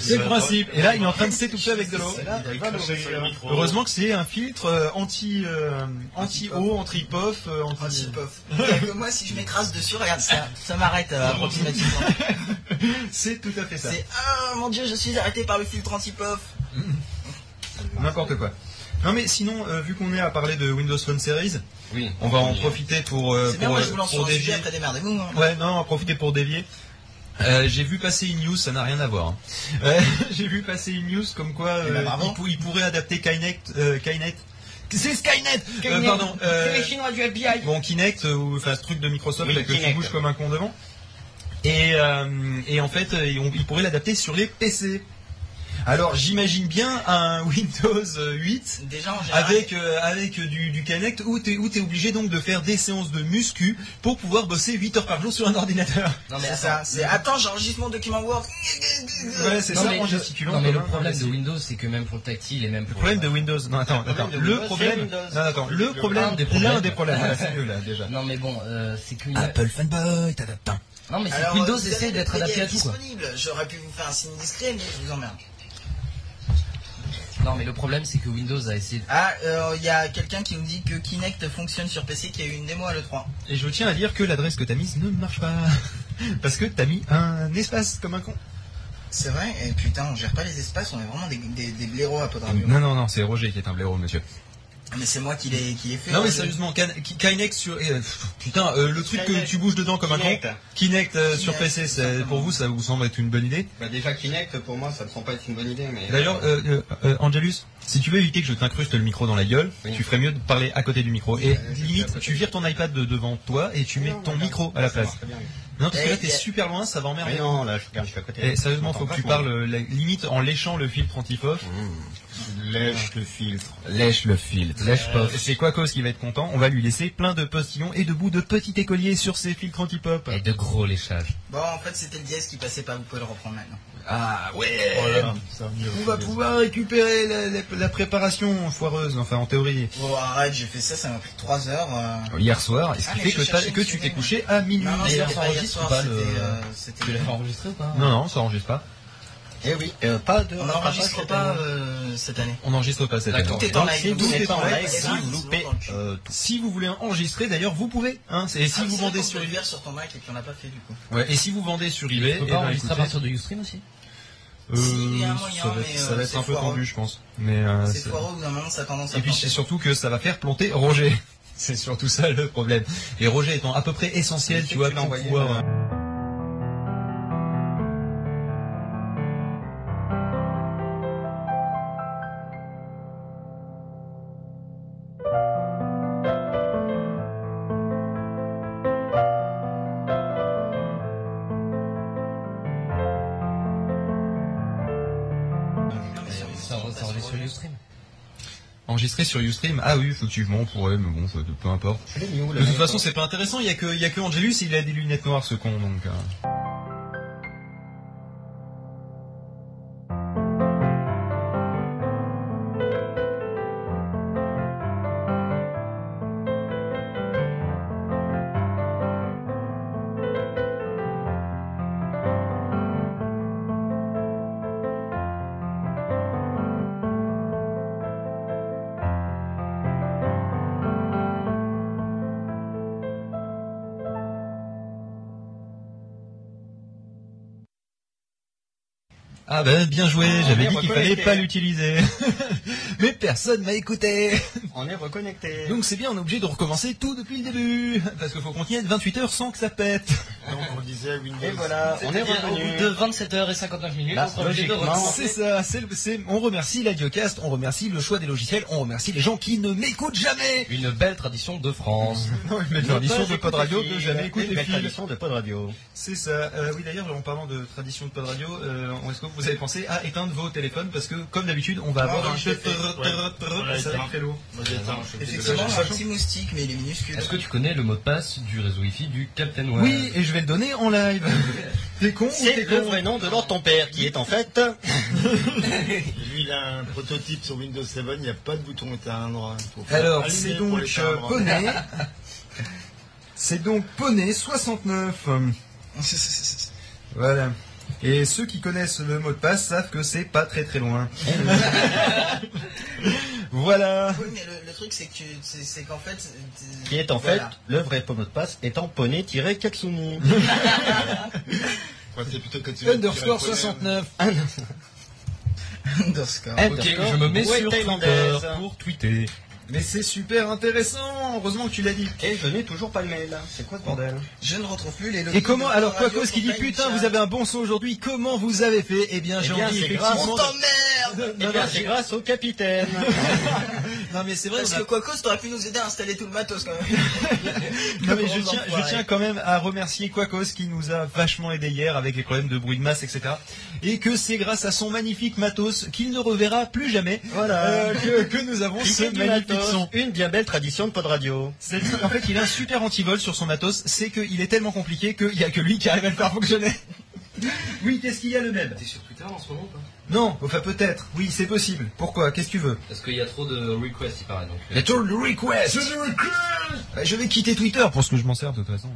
S5: c'est le principe et là il est en train de s'étouffer avec de l'eau
S6: C'est là, il va cracher sur le micro.
S5: Heureusement que c'est un filtre euh, anti euh, anti eau, anti pof, euh,
S4: Ah, si,
S5: anti
S4: pof. C'est-à-dire que moi si je m'écrase dessus, regarde ça, ça m'arrête euh, approximativement.
S5: C'est tout à fait ça.
S4: C'est ah mon dieu, je suis arrêté par le filtre anti-pof.
S5: N'importe quoi. Non mais sinon, euh, vu qu'on est à parler de Windows Phone Series,
S7: Oui.
S5: on va en profiter pour euh,
S4: C'est bien,
S5: pour,
S4: moi
S5: euh,
S4: je vous lance
S5: pour
S4: sur un sujet
S5: dévier.
S4: après démerdez-vous. hein.
S5: Ouais, non, on va en profiter pour dévier. Euh, j'ai vu passer une news, ça n'a rien à voir. hein. Euh, j'ai vu passer une news comme quoi
S4: Eh
S5: euh,
S3: ben, bravo.
S5: il, pour- il pourrait adapter Kinect. euh, Kinect. C'est Skynet. Euh, pardon. euh,
S3: Chinois du FBI.
S5: Bon, Kinect, euh, ou enfin ce truc de Microsoft
S3: Oui,
S5: là, que tu
S3: Kinect.
S5: bouges comme un con devant. Et, euh, et en fait, euh, on- ils pourraient l'adapter sur les PC. Alors j'imagine bien un Windows euh, 8
S4: Déjà en général,
S5: avec, euh, avec du, du Kinect où t'es où t'es obligé donc de faire des séances de muscu pour pouvoir bosser 8 heures par jour sur un ordinateur.
S7: Non, mais
S4: c'est
S7: attends.
S4: ça. C'est attends, j'enregistre mon document Word.
S5: Voilà, c'est
S7: Non,
S5: ça
S7: mais
S5: en
S7: le-
S5: gesticulant.
S7: Non, mais
S5: comme
S7: le
S5: un
S7: problème de
S5: imbécile.
S7: Windows, c'est que même pour le tactile et même
S5: Le
S7: pour.
S5: problème de Windows, non attends,
S6: problème
S5: attends,
S6: de
S5: le
S6: Windows,
S5: problème,
S6: c'est Windows.
S5: non attends, le
S6: Un
S5: problème,
S7: des
S5: l'un
S7: problèmes.
S5: des problèmes, voilà, c'est mieux là déjà.
S7: Non, mais bon, euh, c'est que.
S5: fanboy, t'adaptes
S7: Non, mais c'est que
S4: Alors,
S7: Windows
S4: vous
S7: essaie
S4: avez
S7: d'être
S4: le PDF
S7: adapté à tout, quoi.
S4: disponible. J'aurais pu vous faire un signe discret, mais je vous emmerde.
S7: Non, mais le problème, c'est que Windows a essayé.
S4: Ah, euh, il y a quelqu'un qui nous dit que Kinect fonctionne sur PC, qu'il y a eu une démo à l'E3.
S5: Et je tiens à dire que l'adresse que t'as mise ne marche pas. Parce que t'as mis un espace comme un con.
S4: C'est vrai, et putain, on gère pas les espaces, on est vraiment des, des, des blaireaux à Podradio.
S5: Ah, Non, non, non, c'est Roger qui est un blaireau, monsieur.
S4: Mais c'est moi qui l'ai qui l'ai fait.
S5: Non, mais
S4: Je-
S5: sérieusement, Kan- Ki- Kinect sur. eh, pff, putain, euh, le truc que tu bouges dedans comme un con.
S3: Kinect.
S5: Kinect euh, sur
S4: Kinect,
S5: PC, c'est-
S4: exactement.
S5: pour vous, ça vous semble être une bonne idée.
S3: Bah déjà Kinect pour moi ça me semble pas être une bonne idée mais.
S5: D'ailleurs, euh, euh, euh, Angelus, si tu veux éviter que je t'incruste le micro dans la gueule,
S3: Oui.
S5: tu ferais mieux de parler à côté du micro.
S3: Oui,
S5: Et
S3: euh, je suis à
S5: limite,
S3: côté.
S5: tu vires ton iPad de devant toi et tu mets
S3: Non,
S5: ton
S3: voilà.
S5: micro à la
S3: Ça
S5: place.
S3: marche très bien.
S5: Non, parce que là,
S4: Eh,
S5: t'es
S4: y a-
S5: super loin, ça va
S3: Mais
S5: emmerder.
S3: non là je regarde je suis à côté.
S5: Et sérieusement,
S3: Je
S5: faut que tu
S3: m'entends
S5: parles euh, la- limite en léchant le filtre anti-fof.
S6: Lèche le filtre.
S5: Lèche le filtre.
S7: Lèche
S5: Euh,
S7: pas.
S5: c'est Quacos qui va être content. On va lui laisser plein de postillons et de bouts de petits écoliers sur ses filtres anti-pop.
S7: Et de gros léchages.
S4: Bon, en fait, c'était le dièse qui passait pas, vous pouvez le reprendre maintenant.
S5: Ah ouais On
S6: On
S5: va pouvoir récupérer la, la- la préparation foireuse, enfin en théorie.
S4: Bon, Oh, arrête, j'ai fait ça, ça m'a pris 3 heures. euh.
S5: Hier soir, et ce
S4: Ah,
S5: qui
S4: mais
S5: fait
S4: je
S5: que, t'as-
S4: cherchais
S5: que
S4: une
S5: tu t'es
S4: seconde.
S5: couché à minuit.
S4: Non, non,
S7: D'ailleurs,
S4: c'était
S7: ça
S4: pas hier
S7: enregistre
S4: soir,
S7: ou pas,
S4: c'était,
S7: le-
S4: euh, c'était-
S7: Tu l'as enregistré ou pas
S5: Non, non, ça enregistre pas.
S3: Eh oui, euh, pas de
S4: On n'enregistre pas euh, cette année.
S5: On n'enregistre pas cette
S7: D'accord.
S5: année.
S4: est en live. hein,
S5: Tout est en live.
S4: Et
S3: Si
S4: ça,
S3: vous
S4: ils
S3: loupez,
S4: sont dans le cul.
S3: euh,
S5: Si vous voulez enregistrer, d'ailleurs, vous pouvez. Hein, c'est- et si
S4: Ah,
S5: vous
S4: c'est vrai
S5: vendez
S4: qu'on
S5: sur
S4: peut le
S5: eBay,
S4: faire sur ton Mac et qu'on l'a pas fait du coup.
S5: ouais, et si vous vendez sur eBay,
S7: Tu peux
S5: eh
S7: pas
S5: ben,
S7: enregistrer à
S5: écoutez,
S7: partir de Ustream aussi
S4: S'il y a un
S5: euh,
S4: moyen,
S5: ça va
S4: mais,
S5: être, ça
S4: euh,
S5: va être
S4: c'est
S5: un peu
S4: foireux.
S5: tendu, je pense. Mais euh,
S4: Ah, C'est
S5: ça-
S4: foireux, au bout d'un moment, ça a tendance à
S5: Et puis c'est
S4: planter.
S5: surtout que ça va faire planter Roger. C'est surtout ça le problème. Et Roger étant à peu près essentiel,
S3: Je sais
S5: tu
S3: que
S5: vois,
S3: tu l'as
S5: pour
S3: envoyé,
S4: euh,
S5: pouvoir...
S4: Non, mais sur YouTube,
S7: Ça
S4: on
S7: re-
S4: passe
S7: ça revient sur
S4: sur-
S7: Ustream.
S5: Enregistrer euh, sur Ustream, ah oui, effectivement, on pourrait, mais bon, ça- peu importe.
S3: Je l'ai mis où, le
S5: De toute
S3: mec
S4: hein
S5: façon, c'est pas intéressant, il y a que, il y a que Angelus, il a des lunettes noires, ce con, donc... euh. Ah ben bien joué, j'avais
S7: est
S5: dit qu'il fallait
S7: reconnecté.
S5: pas l'utiliser. Mais personne m'a écouté.
S7: On est reconnecté.
S5: Donc c'est bien, on est obligé de recommencer tout depuis le début. Parce qu'il faut qu'on tienne 28 heures sans que ça pète.
S8: Donc on disait à Windows.
S7: Et voilà, on est
S9: Au bout
S7: revenu.
S9: de 27h59 minutes,
S7: Bah,
S9: on sera obligé de
S7: logiquement,
S9: recommencer.
S5: C'est ça, c'est le- c'est- on remercie la Diocast, on remercie le choix des logiciels, on remercie les gens qui ne m'écoutent jamais.
S9: Une belle tradition de France.
S5: Mais tradition de Pod Radio
S7: de
S5: de jamais écouter les
S7: La
S5: fils.
S7: tradition de Pod Radio.
S5: C'est ça. Euh, oui, d'ailleurs, en parlant de tradition de pod radio, euh, est-ce que vous avez pensé à éteindre vos téléphones Parce que, comme d'habitude, on va avoir
S8: Ah,
S5: un
S8: oui,
S5: chef.
S8: j'ai fait. Ouais. Voilà,
S5: Ça va être
S8: éteint.
S5: très lourd.
S8: Moi, j'ai éteint, je suis
S4: Effectivement,
S8: désolé.
S4: j'ai un petit moustique, mais il est minuscule.
S9: Est-ce que tu connais le mot de passe du réseau Wi-Fi du Captain Web
S5: Oui, et je vais le donner en live. T'es con ou
S7: C'est
S5: t'es
S7: le
S5: con
S7: vrai nom de Lord ton père, qui est en fait.
S8: Lui, il a un prototype sur Windows 7, il n'y a pas de bouton éteindre. Faut faire
S5: Alors,
S8: allumer
S5: c'est
S8: pour
S5: donc euh,
S8: l'éteindre.
S5: Poney. C'est donc Poney 69. Voilà. Et ceux qui connaissent le mot de passe savent que c'est pas très très loin. voilà.
S4: Oui, mais le, le truc, c'est que tu- c'est c'est qu'en fait. c'est-
S7: Qui est en fait
S4: voilà.
S7: le vrai mot de passe étant poney-katsuni.
S8: Ouais, c'est plutôt que tu
S5: Underscore
S8: tu réponds-
S5: 69.
S4: Underscore.
S9: Ok, je me mets
S7: Ouais,
S9: sur
S7: thaïlandaise.
S9: Twitter pour tweeter.
S5: Mais c'est super intéressant. Heureusement que tu l'as dit.
S7: Et je n'ai toujours pas le mail. hein. C'est quoi ce bordel
S4: Je ne retrouve plus les
S5: Et comment alors Quacos qui dit putain vous avez un bon son aujourd'hui comment vous avez fait Eh bien j'ai
S7: bien,
S5: envie
S7: c'est
S5: effectivement.
S4: On t'emmerde
S5: de-
S7: Eh
S5: Non,
S7: bien,
S5: non,
S7: c'est grâce au capitaine.
S5: non, mais c'est vrai.
S4: Parce
S5: on a-
S4: que Quacos, t'aurais pu nous aider à installer tout le matos quand même.
S5: Non, mais je
S4: Grands
S5: tiens, je
S4: enfoirés.
S5: tiens quand même à remercier Quacos qui nous a vachement aidé hier avec les problèmes de bruit de masse etc. Et que c'est grâce à son magnifique matos qu'il ne reverra plus jamais
S7: Voilà.
S5: euh, que, que nous avons ce
S7: Critique du
S5: magnifique
S7: matos,
S5: son.
S7: Une bien belle tradition de Pod Radio.
S5: C'est- En fait il a un super antivol sur son matos. C'est qu'il est tellement compliqué qu'il y a que lui qui arrive à le faire fonctionner. Oui, qu'est-ce qu'il y a le même
S9: T'es sur Twitter en ce moment pas
S5: Non, enfin peut-être. Oui, c'est possible. Pourquoi Qu'est-ce que tu veux
S9: Parce qu'il y a trop de requests, il paraît. Donc, euh,
S5: request. Bah, je vais quitter Twitter pour ce que je m'en sers de toute façon.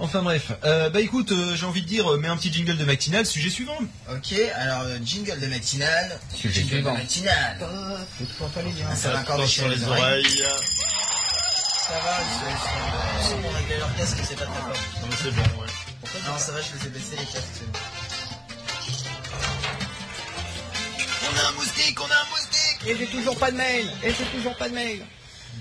S5: Enfin bref, Euh, bah écoute, euh, j'ai envie de dire, euh, mets un petit jingle de matinale, sujet suivant.
S4: Ok, alors euh, jingle de matinale.
S9: Sujet
S4: jingle
S9: suivant.
S4: de matinale. Ah, Ça va encore
S8: Attends,
S4: déchirer
S8: sur
S4: les
S8: les
S4: oreilles.
S8: oreilles.
S4: Ça va, ils sont- ils sont ils sont réglés leur casque, c'est pas très fort.
S8: Non, mais c'est bon, ouais.
S4: Non, ça va, je les ai baissés les casques. c'est bon. On a un moustique, on a un moustique
S7: Et j'ai toujours pas de mail. Et j'ai toujours pas de mail.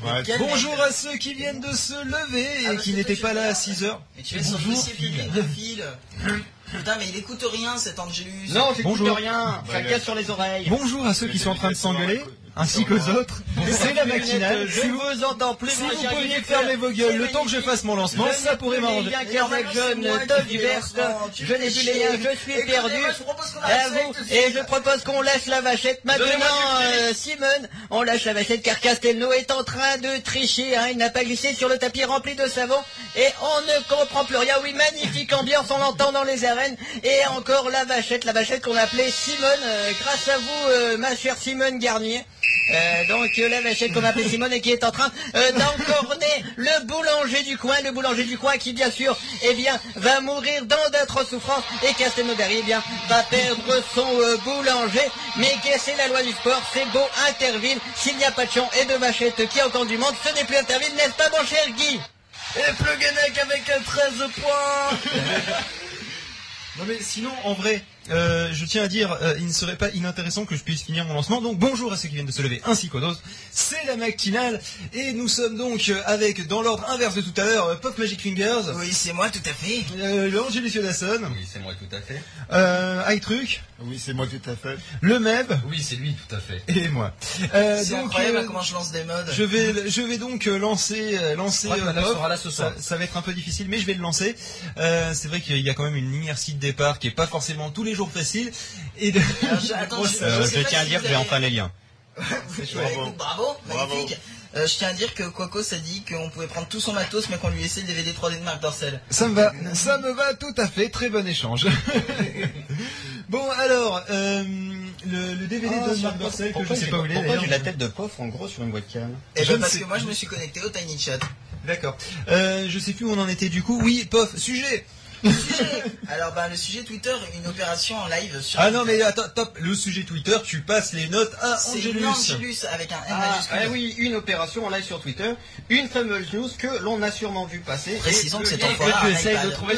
S8: Ouais,
S4: Quel-
S5: Bonjour à ceux qui viennent de se lever et
S4: Ah, bah,
S5: qui
S4: c'est
S5: n'étaient
S4: tout,
S5: pas
S4: c'est
S5: là à
S4: tout.
S5: 6 heures.
S4: Mais tu es sur le dossier public de fil. Putain, mais il écoute rien cet Angelus.
S7: Non, j'écoute
S5: Bonjour.
S7: rien. Ça
S8: Ouais.
S7: casse sur les oreilles.
S5: Bonjour à ceux qui sont en train de s'engueuler, ainsi qu'aux autres. C'est la matinale.
S7: Je
S5: Si vous,
S7: vous entends plus.
S5: si vous pouviez fermer vos gueules le temps que je fasse mon lancement, ça pourrait m'arranger.
S7: bien cardiaque jeune, top du verse, je n'ai plus les liens, je suis perdu.
S4: Écoutez-moi, je vous propose qu'on
S7: À
S4: arrête
S7: vous,
S4: cette-
S7: et je propose qu'on lâche la vachette maintenant, euh, Simone. On lâche la vachette car Castelnau est en train de tricher. hein. Il n'a pas glissé sur le tapis rempli de savon et on ne comprend plus rien. Oui, magnifique ambiance, on l'entend dans les arènes. Et encore la vachette, la vachette qu'on appelait Simone. euh, grâce à vous, euh, ma chère Simone Garnier. Euh, donc euh, la vachette qu'on appelait Simone et qui est en train euh, d'encorner le boulanger du coin, le boulanger du coin qui bien sûr eh bien va mourir dans d'atroces souffrances et Castelnaudary eh bien va perdre son euh, boulanger. Mais que- c'est la loi du sport, c'est beau Interville, s'il n'y a pas de champ et de vachette qui entend du monde, ce n'est plus Interville, n'est-ce pas mon cher Guy Et Pluguenec avec 13 points
S5: Non mais sinon, en vrai, euh, je tiens à dire, euh, il ne serait pas inintéressant que je puisse finir mon lancement. Donc bonjour à ceux qui viennent de se lever, ainsi qu'aux autres. C'est la matinale et nous sommes donc euh, avec, dans l'ordre inverse de tout à l'heure, euh, Pop Magic Fingers,
S4: Oui, c'est moi, tout à fait.
S5: euh, le Angelus Yodasson,
S9: Oui, c'est moi tout à fait.
S5: euh, iTruc,
S8: Oui, c'est moi tout à fait.
S5: le Meb
S9: Oui, c'est lui tout à fait.
S5: et moi. Euh,
S7: Bah,
S4: C'est
S5: donc,
S4: incroyable
S5: euh,
S4: comment je lance des modes.
S5: je vais, je vais donc euh, lancer, euh, lancer.
S9: crois que
S5: euh,
S9: Madame
S5: Pop.
S9: sera là ce soir.
S5: Ça, ça va être un peu difficile, mais je vais le lancer. Euh, c'est vrai qu'il y a quand même une inertie de départ qui est pas forcément tous les jours facile. Et de...
S4: Alors, je- attends, je-
S5: Euh,
S4: je sais pas si vous avez-
S5: les liens.
S4: Ouais,
S8: chouette.
S4: écoute, Bravo,
S8: Bravo.
S4: magnifique. Euh, je tiens à dire que Quacos a dit qu'on pouvait prendre tout son matos mais qu'on lui laissait le DVD 3D de Marc Dorcel.
S5: Ça me va, ça me va tout à fait, très bon échange. bon alors, euh, le, le DVD de Marc Dorcel que je sais pas où il est d'ailleurs.
S7: tête de coffre en gros sur une webcam
S4: Et
S5: Je
S4: ben
S5: ne
S4: parce
S5: sais-
S4: que moi je me suis connecté au Tiny Chat.
S5: D'accord. Euh, je sais plus où on en était du coup. Oui, pof, sujet.
S4: Le sujet, alors ben, le sujet Twitter, une opération en live sur.
S5: Ah non, mais attends, top, le sujet Twitter, tu passes les notes à
S4: C'est
S5: Angelus.
S4: Angelus avec un M
S8: Ah,
S4: majuscule.
S8: eh oui, une opération en live sur Twitter, une fameuse news que l'on a sûrement vu passer.
S4: Précisons
S8: Et
S4: que
S8: le
S4: cet
S8: lien
S4: enfoiré a un iPad.
S8: ne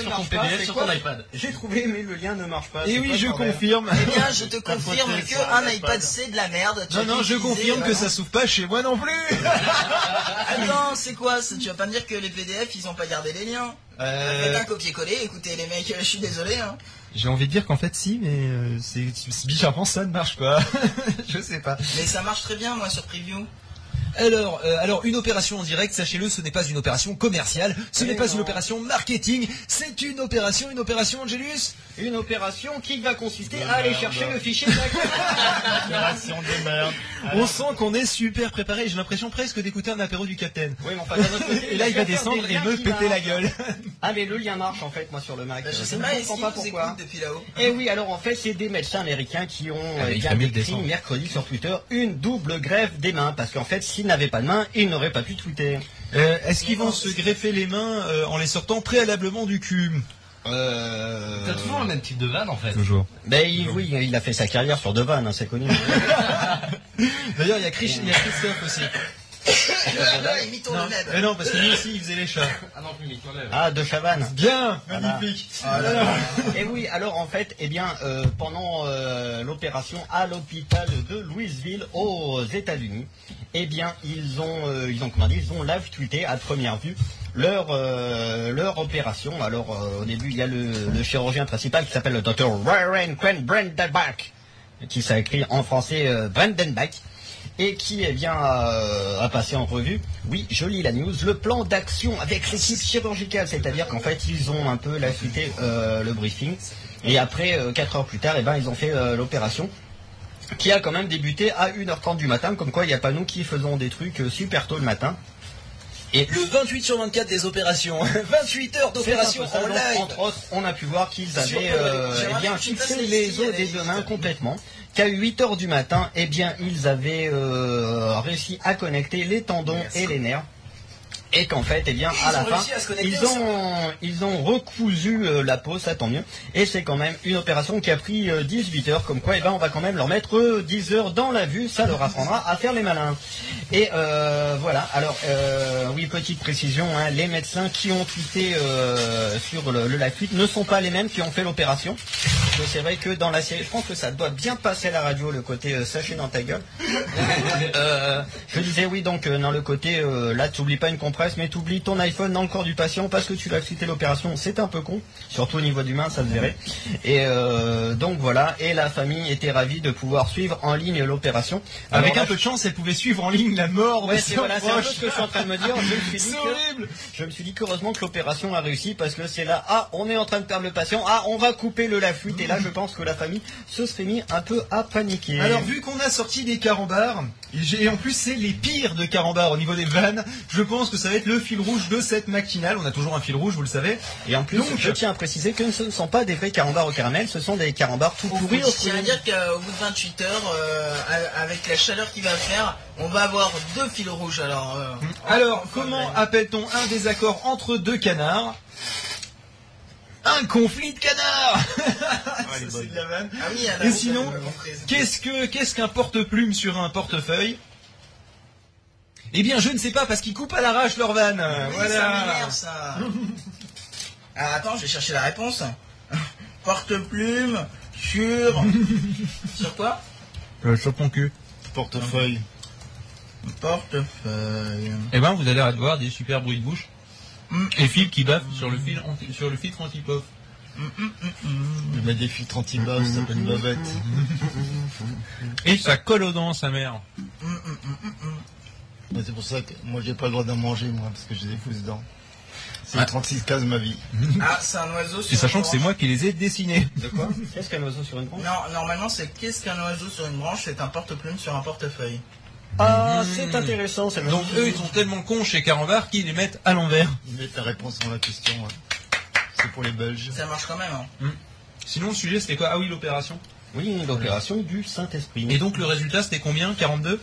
S4: Eh
S8: marche pas, c'est quoi
S7: iPad.
S8: J'ai trouvé, mais le lien ne marche pas.
S5: Et
S8: Ah, c'est
S5: oui,
S8: quoi
S5: je
S8: le bordel
S5: confirme.
S4: Eh bien, je te confirme
S6: prothèse,
S4: que
S6: c'est un
S4: un
S6: iPad.
S4: iPad c'est de la merde. Tu as
S5: Non, non,
S4: été
S5: je
S4: utilisé,
S5: confirme que ça
S4: voilà.
S5: s'ouvre pas chez moi non plus.
S4: euh, Attends, c'est quoi ça Tu vas pas me dire que les PDF ils ont pas gardé les liens Faites
S5: Euh,
S4: un copier-coller, écoutez les mecs, je suis désolé. Hein.
S5: J'ai envie de dire qu'en fait, si, mais euh, c'est c'est bizarrement ça ne marche pas. je sais pas.
S4: Mais ça marche très bien moi sur Preview.
S5: Alors, euh, alors une opération en direct, sachez-le, ce n'est pas une opération commerciale, ce
S8: Eh
S5: n'est pas
S8: non.
S5: une opération marketing, c'est une opération, une opération Angelus.
S8: Une opération qui va consister
S6: De
S8: à aller
S6: merde.
S8: chercher le fichier de la
S6: Opération de merde.
S5: On sent qu'on est super préparé, j'ai l'impression presque d'écouter un apéro du capitaine.
S8: Oui, mais enfin, d'un autre côté,
S5: Et là, il va
S8: faire
S5: descendre
S8: des
S5: et
S8: liens
S5: me
S8: qui
S5: péter la
S8: marchent.
S5: gueule.
S8: Ah, mais le lien marche en fait, moi sur le Mac.
S4: Bah, je sais
S8: ne
S4: pas, est-ce
S8: comprends
S4: qu'ils
S8: pas
S4: nous
S8: pourquoi.
S4: écoutent depuis là-haut
S8: Eh oui, alors en fait, c'est des médecins américains qui
S5: Ah,
S8: ont euh,
S7: il
S8: bien
S7: fallait le
S8: décrit
S7: descendre.
S8: mercredi sur Twitter une double grève des mains, parce qu'en fait, s'ils n'avaient pas de mains, ils n'auraient pas pu tweeter.
S5: Euh, Est-ce qu'ils vont se greffer les mains euh, en les sortant préalablement du cul Euh,
S7: T'as toujours le même type de vanne en fait.
S5: Toujours.
S8: Ben il- oui, il a fait sa carrière sur Devan, hein, c'est connu.
S5: D'ailleurs, il y a Chris- il y a Christophe aussi.
S4: Là, il mit ton
S5: Non,
S4: neb.
S8: Euh.
S5: mais non, parce que lui aussi, il faisait les chats.
S7: Ah non plus, mais quand même.
S8: Ah, de Chavannes.
S5: Bien,
S8: Voilà.
S5: magnifique.
S8: Et oui, alors en fait, eh bien, euh, pendant euh, l'opération à l'hôpital de Louisville aux États-Unis, eh bien, ils ont, euh, ils ont comment dire, ils ont live tweeté à première vue leur euh, leur opération. Alors euh, au début, il y a le, le chirurgien principal qui s'appelle le docteur Warren Quen Brendenbach, qui s'écrit en français euh, Brendenbach. Et qui eh bien euh, a passé en revue, oui, je lis la news, le plan d'action avec l'équipe chirurgicale, c'est-à-dire qu'en fait ils ont un peu l'affûté euh, le briefing, et après euh, quatre heures plus tard, eh ben ils ont fait euh, l'opération qui a quand même débuté à 1h30 du matin, comme quoi il n'y a pas nous qui faisons des trucs euh, super tôt le matin.
S5: Le 28 sur 24 des opérations. 28 heures
S8: C'est un peu ça, donc, Entre autres, on a pu voir qu'ils
S4: Sur-
S8: avaient euh,
S4: J'ai
S8: eh
S4: remarqué
S8: bien
S4: que tu passes
S8: fixé
S4: les
S8: les
S4: filles
S8: os
S4: à
S8: des
S4: la
S8: deux
S4: limite.
S8: mains complètement. Qu'à 8 heures du matin, eh bien, ils avaient euh, réussi à connecter les tendons et les nerfs. Et qu'en fait, eh bien, à
S4: Ils
S8: la
S4: ont
S8: fin,
S4: réussi à se connecter
S8: ils
S4: au cerveau.
S8: ont, ils ont recousu euh, la peau, ça tant mieux. Et c'est quand même une opération qui a pris euh, 18 heures, comme quoi, eh ben, on va quand même leur mettre euh, 10 heures dans la vue, ça leur apprendra à faire les malins. Et euh, voilà, alors, euh, oui, petite précision, hein, les médecins qui ont quitté euh, sur le, le live tweet ne sont pas les mêmes qui ont fait l'opération. Parce que C'est vrai que dans la série, je pense que ça doit bien passer à la radio, le côté euh, sachez dans ta gueule. Euh, je disais oui, donc euh, dans le côté, euh, là, t'oublies pas une compresse, mais t'oublies ton iPhone dans le corps du patient parce que tu vas citer l'opération. C'est un peu con, surtout au niveau du main, ça se verrait. Et euh, donc voilà, et la famille était ravie de pouvoir suivre en ligne l'opération. Alors
S5: Avec
S8: là,
S5: un peu de chance, elle pouvait suivre en ligne la mort.
S8: Ah Ouais,
S5: de
S8: c'est
S5: son
S8: voilà, c'est un peu
S5: proche.
S8: ce que je suis en train de me dire. Je me suis dit
S5: C'est
S8: que-
S5: horrible.
S8: je me suis dit qu'heureusement que l'opération a réussi parce que c'est là, ah, on est en train de perdre le patient, ah, on va couper le la fuite. Et là, je pense que la famille se serait mis un peu à paniquer.
S5: Alors vu qu'on a sorti des carambars, et j'ai- et en plus c'est les pires de carambars au niveau des vannes, je pense que ça va être le fil rouge de cette matinale. On a toujours un fil rouge, vous le savez.
S8: et en plus,
S5: Donc-
S8: je tiens à préciser que ce ne sont pas des vrais carambars au caramel, ce sont des carambars tout pourris au
S4: Je tiens à dire qu'au bout de 28 heures, euh, a- avec la chaleur qu'il va faire, on va avoir deux fils rouges. Alors, euh,
S8: Hum.
S5: Alors
S4: enfin,
S5: comment
S4: ben,
S5: appelle-t-on un désaccord entre deux canards Un conflit de canards Ça,
S6: elle est
S5: c'est
S6: bonne.
S5: de la vanne.
S4: Ah oui, à la
S5: Et
S4: route,
S5: sinon,
S4: elle m'a comprise.
S5: qu'est-ce que qu'est-ce qu'un porte-plume sur un portefeuille eh bien, je ne sais pas parce qu'ils coupent à l'arrache leur vanne.
S4: Oui, ça
S5: voilà.
S4: m'énerve, ça. Ah, attends, je vais chercher la réponse. Porte-plume sur. sur quoi
S5: Le cul.
S6: Portefeuille.
S4: Portefeuille.
S5: Eh ben, vous allez avoir des super bruits de bouche. Et Phil qui baffe sur le fil anti- sur le filtre anti-pop.
S4: Hum,
S6: Il met des filtres anti-bas, ça s'appelle Bobette.
S5: Et ça colle aux dents, sa mère.
S4: hum,
S6: Mais C'est pour ça que moi, j'ai pas le droit d'en manger, moi, parce que j'ai des fausses dents. C'est 36 cases ma vie.
S4: Ah, c'est un oiseau sur
S5: Et sachant
S4: une
S5: que c'est
S4: branche.
S5: moi qui les ai dessinés. De quoi
S8: Qu'est-ce qu'un oiseau sur une branche
S4: Non, normalement, c'est qu'est-ce qu'un oiseau sur une branche C'est un porte-plume sur un portefeuille.
S8: Ah, c'est intéressant, c'est
S5: Donc eux, ils sont tellement cons chez Carambar qu'ils les mettent à l'envers.
S6: Mets ta réponse dans la question. ouais. C'est pour les Belges.
S4: Ça marche quand même, hein.
S5: Sinon, le sujet, c'était quoi Ah oui, l'opération.
S8: Oui, l'opération du Saint-Esprit.
S5: Et donc, le résultat, c'était combien 42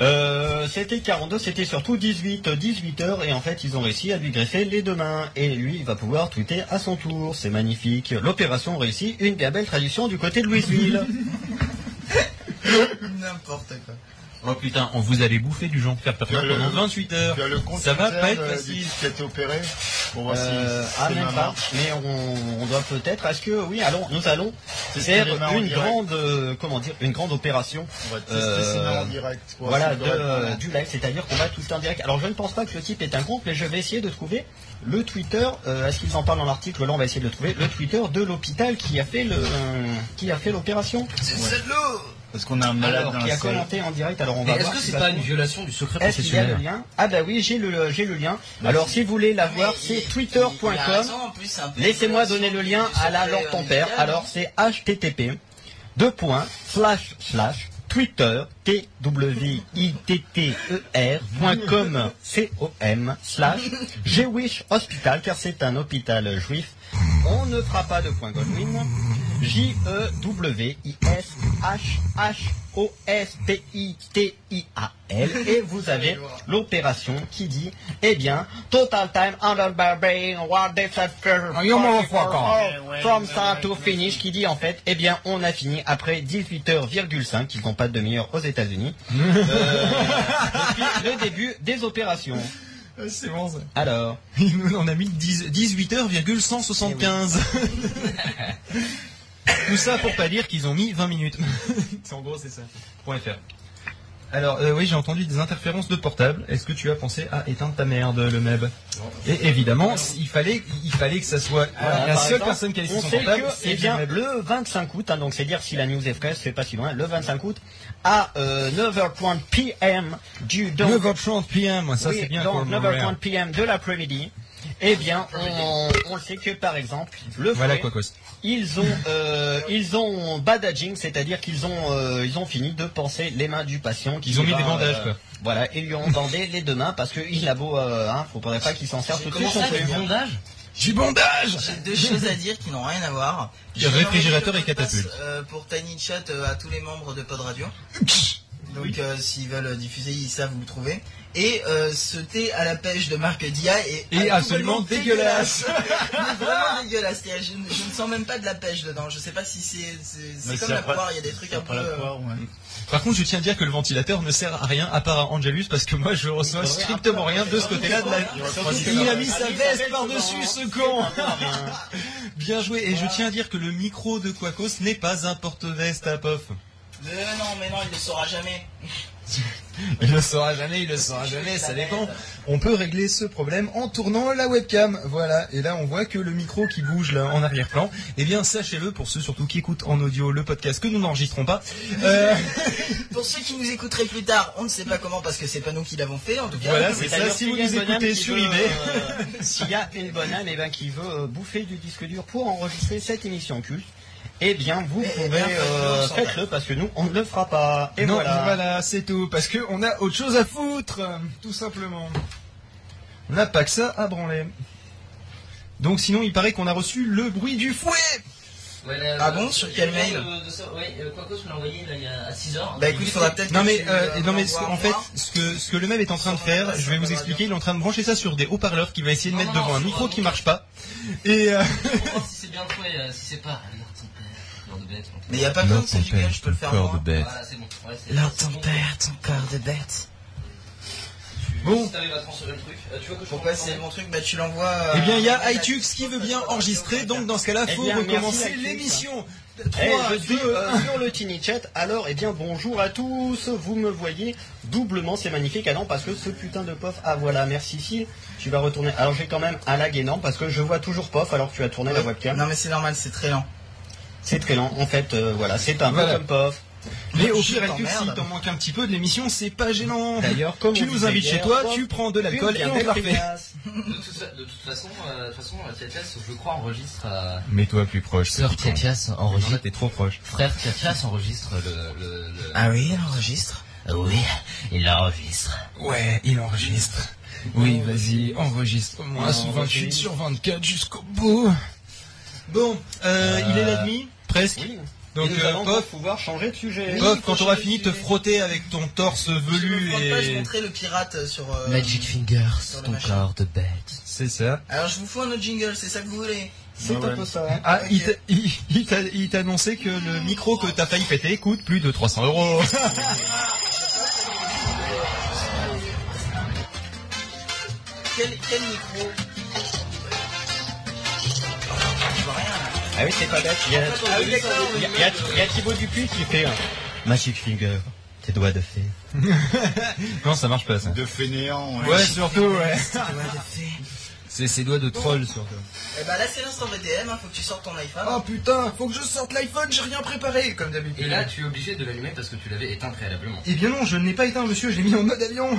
S8: Euh, c'était 42, c'était surtout 18, 18 heures, et en fait, ils ont réussi à lui greffer les deux mains. Et lui, il va pouvoir tweeter à son tour. C'est magnifique. L'opération réussie, une bien belle tradition du côté de Louisville.
S4: N'importe quoi.
S5: Oh putain, on vous allez bouffer du Jean-Pierre Pernaut
S6: Le-
S8: Euh,
S5: pendant 28 heures.
S6: Tu as le compte
S5: Ça va
S6: Twitter
S5: pas être
S6: de- du
S5: facile.
S6: type qui a été opéré pour voir
S8: Euh,
S6: si
S8: ah,
S6: c'est
S8: même
S6: maman.
S8: pas. Mais on, on doit peut-être. Est-ce que oui, allons, nous allons
S6: C'est
S8: faire
S6: ce que les marrons
S8: une
S6: diraient.
S8: grande, euh, comment dire, une grande opération.
S6: On va tester
S8: Euh,
S6: ses mains en direct. pour
S8: voilà,
S6: voir
S8: de,
S6: si elle
S8: euh,
S6: répond.
S8: du live, c'est-à-dire qu'on va tout en direct. Alors je ne pense pas que le type est un compte, mais je vais essayer de trouver le Twitter. euh, Est-ce qu'ils en parlent dans l'article Là, on va essayer de le trouver. Le Twitter de l'hôpital qui a fait le, qui a fait l'opération,
S4: C'est
S6: Ouais.
S4: ça de l'eau
S6: Parce qu'on a un malade hein,
S8: alors
S6: dans
S8: qui
S6: la
S8: a
S6: salle.
S8: commenté en direct. Alors on
S4: bah,
S8: va
S7: Mais est-ce
S8: voir
S7: que
S8: si
S7: c'est
S8: ça
S7: pas
S8: se
S7: une
S8: trouve.
S7: violation du secret
S8: Est-ce qu'il y a le
S7: professionnel
S8: lien Ah bah oui, j'ai le, j'ai le lien. Alors si vous voulez la voir, c'est
S4: Il a
S8: twitter.com.
S4: raison, en plus, c'est un peu
S8: Laissez-moi
S4: une
S8: donner le
S4: violation
S8: lien
S4: du
S8: à la
S4: secret
S8: lampe ton père.
S4: médical.
S8: Alors c'est http deux points slash slash twitter t w i t t e r point com c o m slash jewish hospital car c'est un hôpital juif. On ne fera pas de point Goldwyn. J E W I S H H O S P I T I A L et vous avez l'opération qui dit eh bien total time under barbarian what they said first,
S7: Ah, yo, motherfucker.
S8: all, from start to finish qui dit en fait eh bien on a fini après 18h,5 qui font pas de demi-heure aux États-Unis euh, depuis le début des opérations.
S5: C'est bon ça.
S8: Alors
S5: Il nous en a mis 10 18h,175. Tout ça pour pas dire qu'ils ont mis 20 minutes. c'est en gros, c'est ça. Point .fr. Alors, euh, oui, j'ai entendu des interférences de portable. Est-ce que tu as pensé à éteindre ta merde, le MEB Et évidemment, il fallait, il fallait que ça soit
S8: Voilà,
S5: Ah, la
S8: Ah, par
S5: seule
S8: exemple,
S5: personne qui allait sur
S8: On
S5: son
S8: sait
S5: portable,
S8: que,
S5: c'est
S8: eh bien,
S5: le MEB.
S8: le 25 août, hein, donc c'est dire si la news est fraîche, c'est pas si loin, le 25 août, à euh, 9h30 p.m. du donc,
S5: 9h30 PM, ça
S8: oui,
S5: c'est bien
S8: donc
S5: pour le
S8: 9h30
S5: Rare.
S8: p.m. de l'après-midi, eh bien, on, on sait que par exemple, le
S5: Voilà
S8: fouet,
S5: quoi, Coste.
S8: ils ont, euh, ils ont badaging, c'est-à-dire qu'ils ont, euh, ils ont fini de penser les mains du patient. qui
S5: Ils ont mis
S8: va,
S5: des bandages, quoi.
S8: Voilà, et lui ont bandé les deux mains parce que il a beau, euh, hein, faudrait pas qu'il s'en serve tout de
S7: Comment
S8: suite.
S7: ça,
S8: non plus.
S7: le bondage
S5: J'ai bandage
S4: J'ai deux choses à dire qui n'ont rien à voir.
S5: Il y a réfrigérateur
S4: J'ai envoyé
S5: et
S4: le mot de
S5: catapulte.
S4: passe, euh, pour Tiny Chat euh, à tous les membres de Pod Radio. Donc euh, s'ils veulent diffuser, ils savent où le trouver. Et euh, ce thé à la pêche de Marc Dia est
S5: Et absolument dégueulasse.
S4: Mais vraiment dégueulasse. C'est-à-dire, Je, ne- je ne sens même pas de la pêche dedans. Je sais pas si c'est c'est- c'est
S6: Mais
S4: comme
S6: c'est
S4: la
S6: après-
S4: poire. Il y a des trucs un peu.
S6: Après la
S4: euh,
S6: poire, ouais.
S5: Par contre, je tiens à dire que le ventilateur ne sert à rien à part à Angelus parce que moi je reçois strictement rien de ce côté-là. de la- Il a mis sa veste par-dessus ce con Bien joué, et je tiens à dire que le micro de Quacos n'est pas un porte-veste à pof.
S4: euh, non, mais non, il ne le saura jamais.
S5: Il le saura jamais, il le saura jamais, ça dépend. On peut régler ce problème en tournant la webcam. Voilà, et là on voit que le micro qui bouge là en arrière-plan, eh bien sachez-le, pour ceux surtout qui écoutent en audio le podcast que nous n'enregistrons pas, euh,
S4: Pour ceux qui nous écouteraient plus tard, on ne sait pas comment parce que c'est pas nous qui l'avons fait
S8: Ah
S4: en tout cas.
S5: voilà, c'est ça,
S8: C'est-à-dire
S5: si
S8: qu'il
S5: vous
S8: y a
S5: nous
S8: une bonne âme
S5: écoutez
S8: qui
S5: sur
S8: veut,
S5: eBay...
S8: euh, S'il y a une bonne âme eh ben, qui veut euh, bouffer du disque dur pour enregistrer cette émission culte, eh bien vous
S4: Eh
S8: pouvez
S4: bien, faites-le,
S8: euh,
S4: on s'en
S8: faites-le parce que nous on ne le fera pas. Et
S5: non,
S8: voilà.
S5: c'est tout, parce qu'on a autre chose à foutre, tout simplement. On n'a pas que ça à branler. Donc sinon, il paraît qu'on a reçu le bruit du fouet
S7: euh,
S4: Ah bon, sur quel mail
S7: Oui, euh, Quacos me l'a envoyé là, il y a- à 6h.
S4: Bah écoute, il faudra peut-être.
S5: Non
S4: que
S5: mais,
S4: tu,
S5: euh,
S4: euh,
S5: non, mais
S4: nous
S5: ce-
S4: envoies
S5: en fait,
S4: voir.
S5: ce que, ce que le MEB est en train de faire, je vais vous expliquer, il est en train de brancher ça sur des haut-parleurs qu'il va essayer de
S7: Non,
S5: mettre
S7: non,
S5: devant un
S7: non,
S5: micro
S7: non.
S5: qui marche pas. Et... euh,
S7: Pour voir si c'est bien fait, euh, si c'est pas. Regarde ton père, genre de bête.
S4: Mais il n'y a pas besoin de
S1: L'ordre
S4: ce
S1: ton
S4: jingle,
S1: père,
S4: je peux
S1: ton
S4: le faire
S1: corps de
S4: moi.
S1: bête.
S7: Voilà, c'est bon. Ouais, c'est-
S4: Lors
S7: c'est
S4: ton
S7: bon.
S4: père, ton corps de bête.
S7: Tu-
S5: Bon.
S7: Si t'arrives à transférer le truc, euh, tu vois que je
S4: Pourquoi
S7: comprends-
S4: c'est mon truc Bah tu l'envoies.
S5: Eh bien, il y a iTunes qui veut bien enregistrer, donc dans ce cas-là,
S8: Eh
S5: faut
S8: bien, merci,
S5: recommencer
S8: iTunes.
S5: l'émission.
S8: Eh,
S5: 3,
S8: je suis
S5: 2,
S8: euh, sur le Tiny Chat. Alors, eh bien, bonjour à tous. Vous me voyez doublement, c'est magnifique. Ah non, parce que ce putain de pof. Ah voilà, merci Phil. Tu vas retourner. Alors, j'ai quand même un lag énorme parce que je vois toujours pof alors que tu as tourné la webcam.
S4: Non mais c'est normal, c'est très lent.
S8: C'est très lent. En fait, euh, voilà, c'est un
S5: Voilà.
S8: peu comme pof.
S5: Mais au
S4: Je
S5: pire, iTunes,
S4: t'emmerde.
S5: si t'en manques un petit peu de l'émission, c'est pas gênant.
S8: D'ailleurs, comme
S5: Tu
S8: on
S5: nous
S8: disait
S5: invites chez
S8: hier,
S5: toi,
S8: pof,
S5: tu prends de l'alcool
S8: une
S5: et on
S8: bien
S5: te la refait.
S8: précace.
S7: De toute, fa- de toute façon, euh, de toute façon, euh, Tiatias, je crois, enregistre. euh,
S1: Mets-toi plus proche.
S7: Sœur
S1: petit con.
S7: Tiatias
S1: Non, là,
S7: enregistre.
S1: t'es trop proche.
S7: Frère Tiatias enregistre le. le- le-
S4: Ah oui, elle enregistre.
S7: Ah Oui, il l'enregistre.
S5: Ouais, il enregistre. Oui, vas-y, enregistre-moi
S8: sous 28
S5: sur 24 jusqu'au bout. Bon, euh, il est la demi, presque.
S8: Oui.
S5: Donc,
S8: et nous
S5: euh,
S8: allons
S5: Pof,
S8: pouvoir changer de sujet.
S4: Oui,
S5: Pof,
S4: faut
S5: quand on va
S4: changer de
S5: finir, te
S4: sujet.
S5: frotter avec ton torse
S4: Je me
S5: velu
S4: prends pas, je
S5: et...
S4: montrais le pirate sur. euh,
S7: Magic Fingers,
S4: sur le
S7: ton
S4: machin.
S7: corps de bête.
S5: C'est ça.
S4: Alors je vous fous un autre jingle, c'est ça que vous voulez
S8: C'est
S6: Ah
S8: un
S6: ouais.
S8: peu ça.
S5: Ah,
S4: Ok.
S5: il t'a- il il t'a il t'a annoncé que le micro que t'as failli péter coûte plus de 300 euros.
S4: Quel, quel micro Je vois rien là.
S8: Ah oui, c'est pas bête. Il y a,
S4: Ah oui, d'accord,
S8: il y a- il y a- il y a Thibaut Dupuis qui fait un Magic Finger, tes doigts de fée.
S5: Non, ça marche pas ça.
S6: De fainéant.
S5: Ouais, surtout, ouais.
S4: Ah, ouais, j'ai fait.
S5: C'est ses doigts de troll surtout.
S4: Eh bah là c'est l'instant BTM, hein, faut que tu sortes ton iPhone.
S5: Oh, putain, faut que je sorte l'iPhone, j'ai rien préparé, comme d'habitude.
S7: tu es obligé de l'allumer parce que tu l'avais éteint préalablement.
S5: Eh bien non, je ne l'ai pas éteint, monsieur, je l'ai mis en mode avion.